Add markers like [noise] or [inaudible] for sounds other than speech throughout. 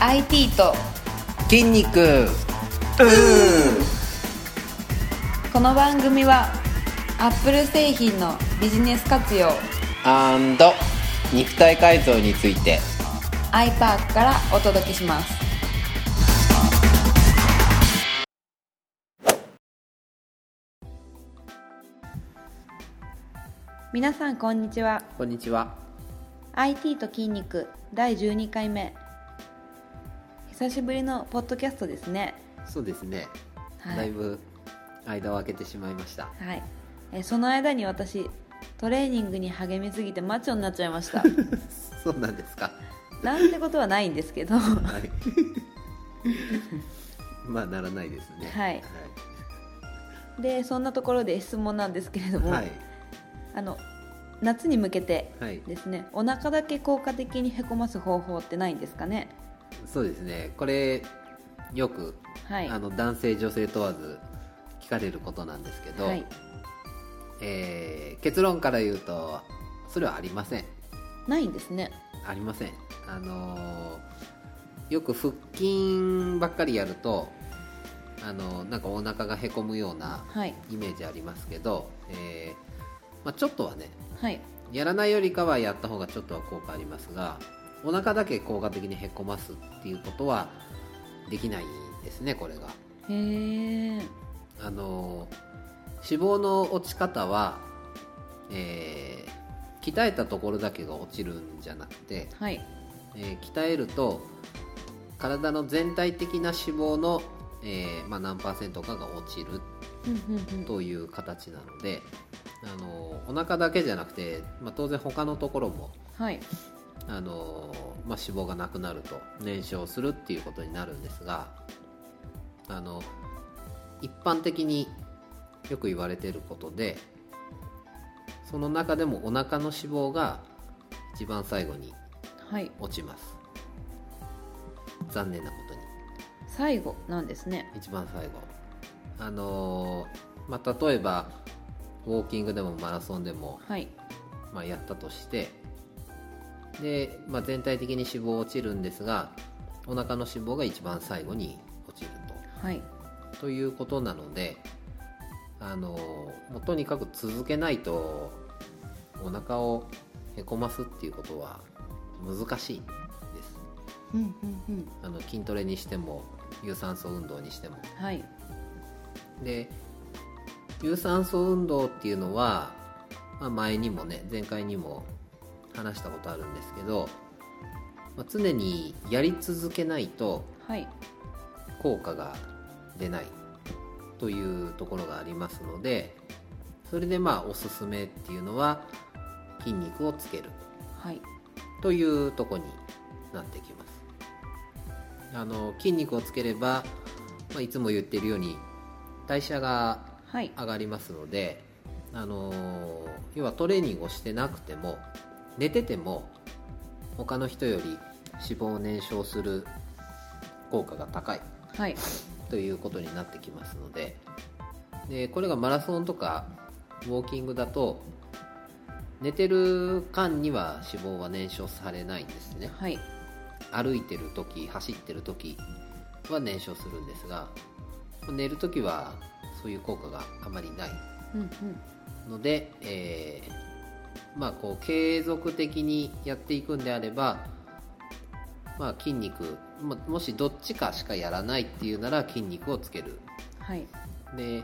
IT と筋肉うんこの番組はアップル製品のビジネス活用 and 肉体改造について iPark からお届けします皆さんこんにちはこんにちは IT と筋肉第12回目久しぶりのポッドキャストですねそうですね、はいだいぶ間を空けてしまいましたはいえその間に私トレーニングに励みすぎてマッチョになっちゃいましたそうなんですかなんてことはないんですけど [laughs] はい [laughs] まあならないですねはいでそんなところで質問なんですけれども、はいあの夏に向けてはい、ですねお腹だけ効果的にへこます方法ってないんですかねそうですねこれよく、はいあの男性女性問わず聞かれることなんですけど、はい、えー結論から言うとそれはありませんないんですねありませんあのーよく腹筋ばっかりやるとあのーなんかお腹がへこむようなはいイメージありますけど、えーまあ、ちょっとはねはいやらないよりかはやった方がちょっとは効果ありますがお腹だけ効果的にへこますっていうことはできないですねこれがへえあの脂肪の落ち方は、えー鍛えたところだけが落ちるんじゃなくて、はいえー鍛えると体の全体的な脂肪の、えーまあ、何パーセントかが落ちるうんうんうんという形なのであのお腹だけじゃなくて、まあ、当然他のところもはいあの、まあ、脂肪がなくなると燃焼するっていうことになるんですがあの一般的によく言われていることでその中でもお腹の脂肪が一番最後にはい落ちます残念なことに最後なんですね一番最後あのまあ、例えばウォーキングでもマラソンでもはいまあ、やったとしてで、まあ、全体的に脂肪落ちるんですがお腹の脂肪が一番最後に落ちるはいとということなのであのもうとにかく続けないとお腹をへこますっていうことは難しいですうんうんうんあの筋トレにしても有酸素運動にしてもはいで有酸素運動っていうのは、まあ、前にもね前回にも話したことあるんですけど、まあ、常にやり続けないとはい効果が出ないというところがありますのでそれでまあおすすめっていうのは筋肉をつけるはいというとこになってきますあの筋肉をつければ、まあ、いつも言ってるように代謝がはい上がりますので、あのー要はトレーニングをしてなくても寝てても他の人より脂肪を燃焼する効果が高いはいということになってきますのででこれがマラソンとかウォーキングだと寝てる間には脂肪は燃焼されないんですねはい歩いてる時走ってる時は燃焼するんですが寝る時はそういう効果があまりないうんうんので、えーまあ、こう継続的にやっていくんであれば、まあ、筋肉ももしどっちかしかやらないっていうなら筋肉をつけるはいで、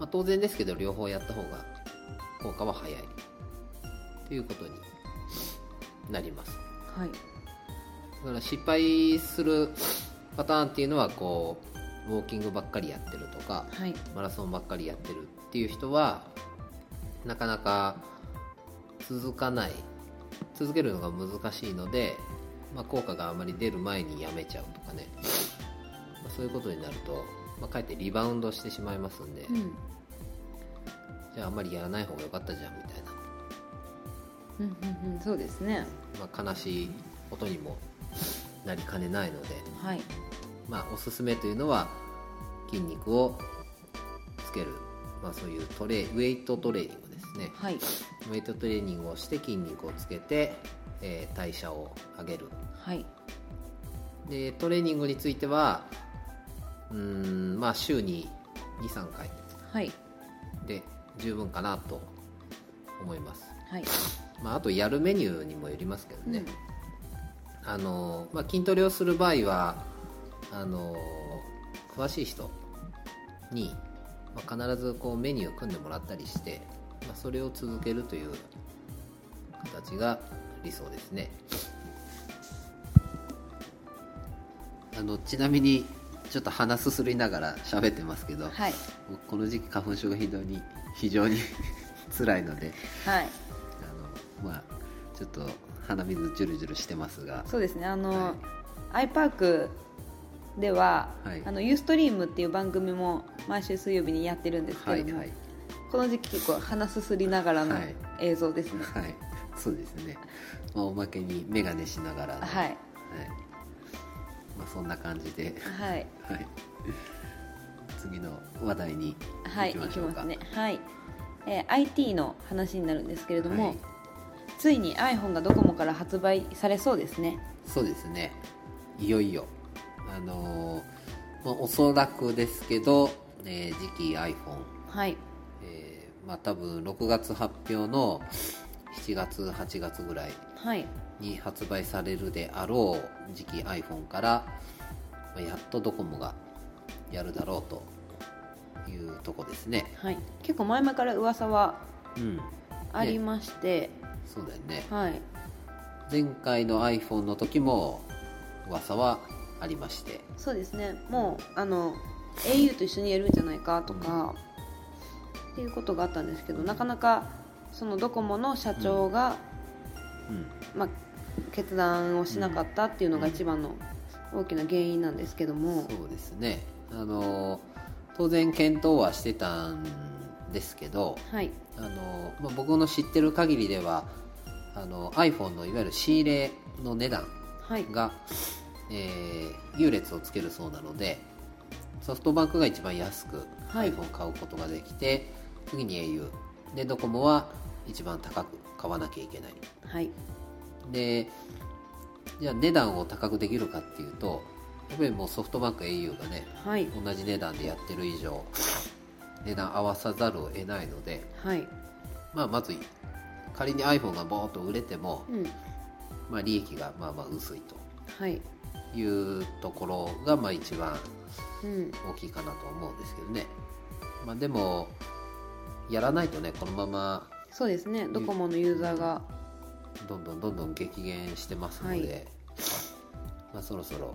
まあ、当然ですけど両方やった方が効果は早いということになりますはいだから失敗するパターンっていうのはこうウォーキングばっかりやってるとかはいマラソンばっかりやってるっていう人はなかなか続かない続けるのが難しいので、まあ、効果があまり出る前にやめちゃうとかね、まあそういうことになると、まあ、かえってリバウンドしてしまいますんで、うんじゃああんまりやらない方が良かったじゃんみたいな、うんうんうんそうですねまあ、悲しいことにもなりかねないので、はいまあ、おすすめというのは筋肉をつける、まあ、そういうトレウェイトトレーニングですね、はいウェイトトレーニングをして筋肉をつけて、えー代謝を上げるはいでトレーニングについてはうーんまあ週に23回はいで十分かなと思います、はいまあ、あとやるメニューにもよりますけどね、うんあのまあ、筋トレをする場合はあの詳しい人に、まあ、必ずこうメニューを組んでもらったりして、まあ、それを続けるという形が理想ですねあのちなみにちょっと鼻すすりながら喋ってますけど、はい僕この時期花粉症が非常に非常に [laughs] 辛いのではいあのまあちょっと鼻水ジュルジュルしてますがそうですねあの、はアイパークでは、はいあのユーストリームっていう番組も毎週水曜日にやってるんですけはれいども、はいこの時期結構鼻すすりながらのはい映像ですねはいそうですね、まあ、おまけに眼鏡しながらのはいはいまあ、そんな感じで、はいはい、次の話題にはい行きいまきしょうまか、すねはい、えー IT の話になるんですけれども、はいついに iPhone がドコモから発売されそうですねそうですねいよいよあのーまあ、おそらくですけど、えー次期 iPhone はいえーまあ多分6月発表の7月8月ぐらいはいに発売されるであろう次期 iPhone からまあやっとドコモがやるだろうというとこですねはい結構前々から噂はうんありねまして、そうだよねはい前回の iPhone の時も噂はありましてそうですねもうあの au と一緒にやるんじゃないかとか、っていうことがあったんですけどなかなかそのドコモの社長が、うんまあ、決断をしなかったっていうのが一番の大きな原因なんですけども、そうですねあの当然検討はしてたんですけどはいあの、まあ、僕の知ってる限りではあの iPhone のいわゆる仕入れの値段はいが、えー優劣をつけるそうなのでソフトバンクが一番安くはい iPhone を買うことができて、次に au でドコモは一番高く買わなきゃいけないはいでじゃあ値段を高くできるかっていうとやっぱりもうソフトバンク au がねはい同じ値段でやってる以上値段合わさざるを得ないので、はいまあ、まず仮に iPhone がボーンと売れても、うんまあ、利益がまあまあ薄いとはいいうところがまあ一番うん大きいかなと思うんですけどね、まあ、でもやらないとねこのままそうですねドコモのユーザーがどんどんどんどん激減してますので、はまあ、そろそろ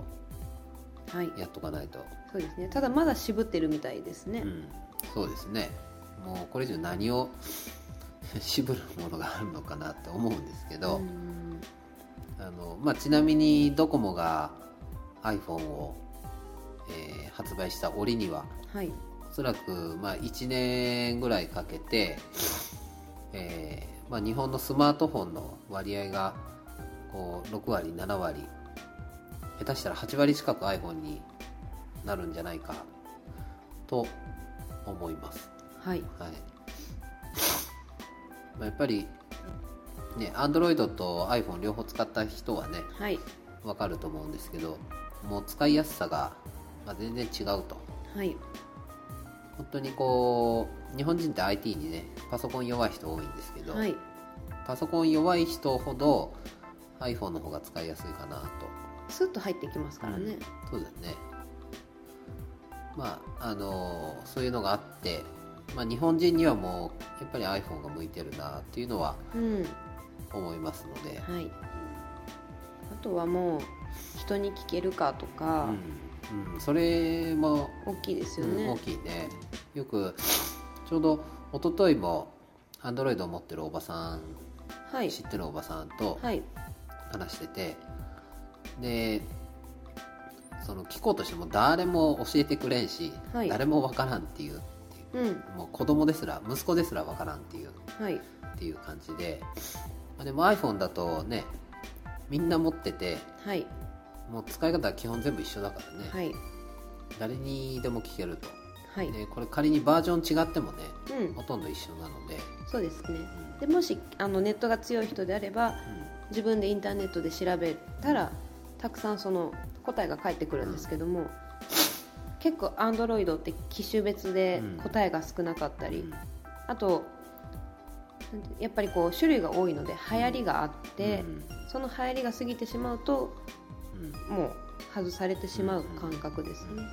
はいやっとかないと、そうですねただまだ渋ってるみたいですね、うん、そうですねもうこれ以上何を [laughs] 渋るものがあるのかなって思うんですけど、うんあのまあ、ちなみにドコモが iPhone を、えー発売した折にははいおそらく、まあ、1年ぐらいかけて、えーまあ、日本のスマートフォンの割合がこう6割7割下手したら8割近く iPhone になるんじゃないかと思います、はいはいまあ、やっぱりね Android と iPhone 両方使った人はねはいわかると思うんですけどもう使いやすさが、まあ、全然違うとはい本当にこう日本人って IT にねパソコン弱い人多いんですけど、はいパソコン弱い人ほど iPhone の方が使いやすいかなスッと入ってきますとからね、そうだよねまああのーそういうのがあって、まあ、日本人にはもうやっぱり iPhone が向いてるなっていうのはうん思いますので、はいあとはもう人に聞けるかとか、うんうん、それも大きいですようね、ん大きいねよくちょうど一昨日もアンドロイドを持ってるおばさん、はい知ってるおばさんとはい話してて、でその聞こうとしても誰も教えてくれんし、はい誰もわからんっていううんもう子供ですら息子ですらわからんっていうはいっていう感じでまあでも iPhone だとねみんな持っててはいもう使い方は基本全部一緒だからね、はい誰にでも聞けるとはい、でこれ仮にバージョン違ってもねうんほとんど一緒なので、そうですねでもしあのネットが強い人であればうん自分でインターネットで調べたらたくさんその答えが返ってくるんですけども、結構アンドロイドって機種別で答えが少なかったり、あとなんてやっぱりこう種類が多いので流行りがあって、その流行りが過ぎてしまうとうんうんもう外されてしまう感覚ですね。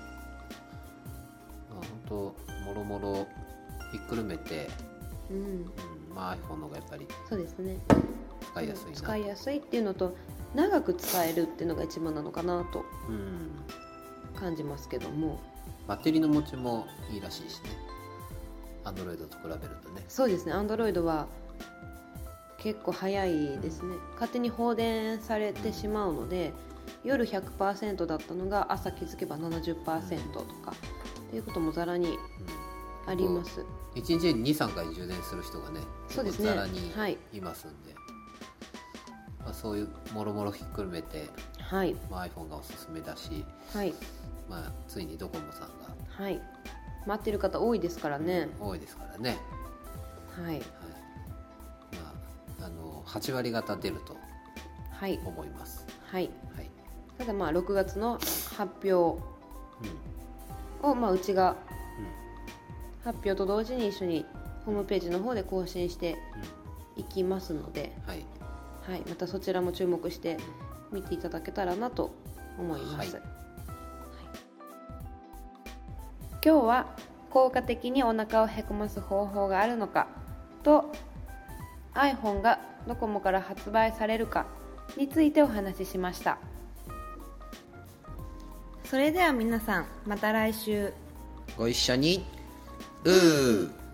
まあ本当もろもろひっくるめて、うん、うんまあ、iPhone の方がやっぱりそうですね使いやすいな使いやすいっていうのと長く使えるっていうのが一番なのかなとうん、感じますけどもバッテリーの持ちもいいらしいしね Android と比べるとねそうですね Android は結構早いですね勝手に放電されてしまうので夜100%だったのが朝気づけば70%とかっていうこともざらにあります1日に23回充電する人がねそうです結ね構ざらにはいいますんで、まあ、そういうもろもろひっくるめて、はいまあ、iPhone がおすすめだし、はいまあ、ついにドコモさんがはい待ってる方多いですからね多いですからね、はいはいまあ、あの8割方出るとはい思います、はいはいただまあ6月の発表うんを、まあ、うちがうん発表と同時に一緒にホームページの方で更新してういきますので、ん、はいはい、またそちらも注目して見ていただけたらなと思います、はいはい今日は効果的にお腹をへこます方法があるのかと iPhone がドコモから発売されるかについてお話ししましたそれでは皆さんまた来週ご一緒にうー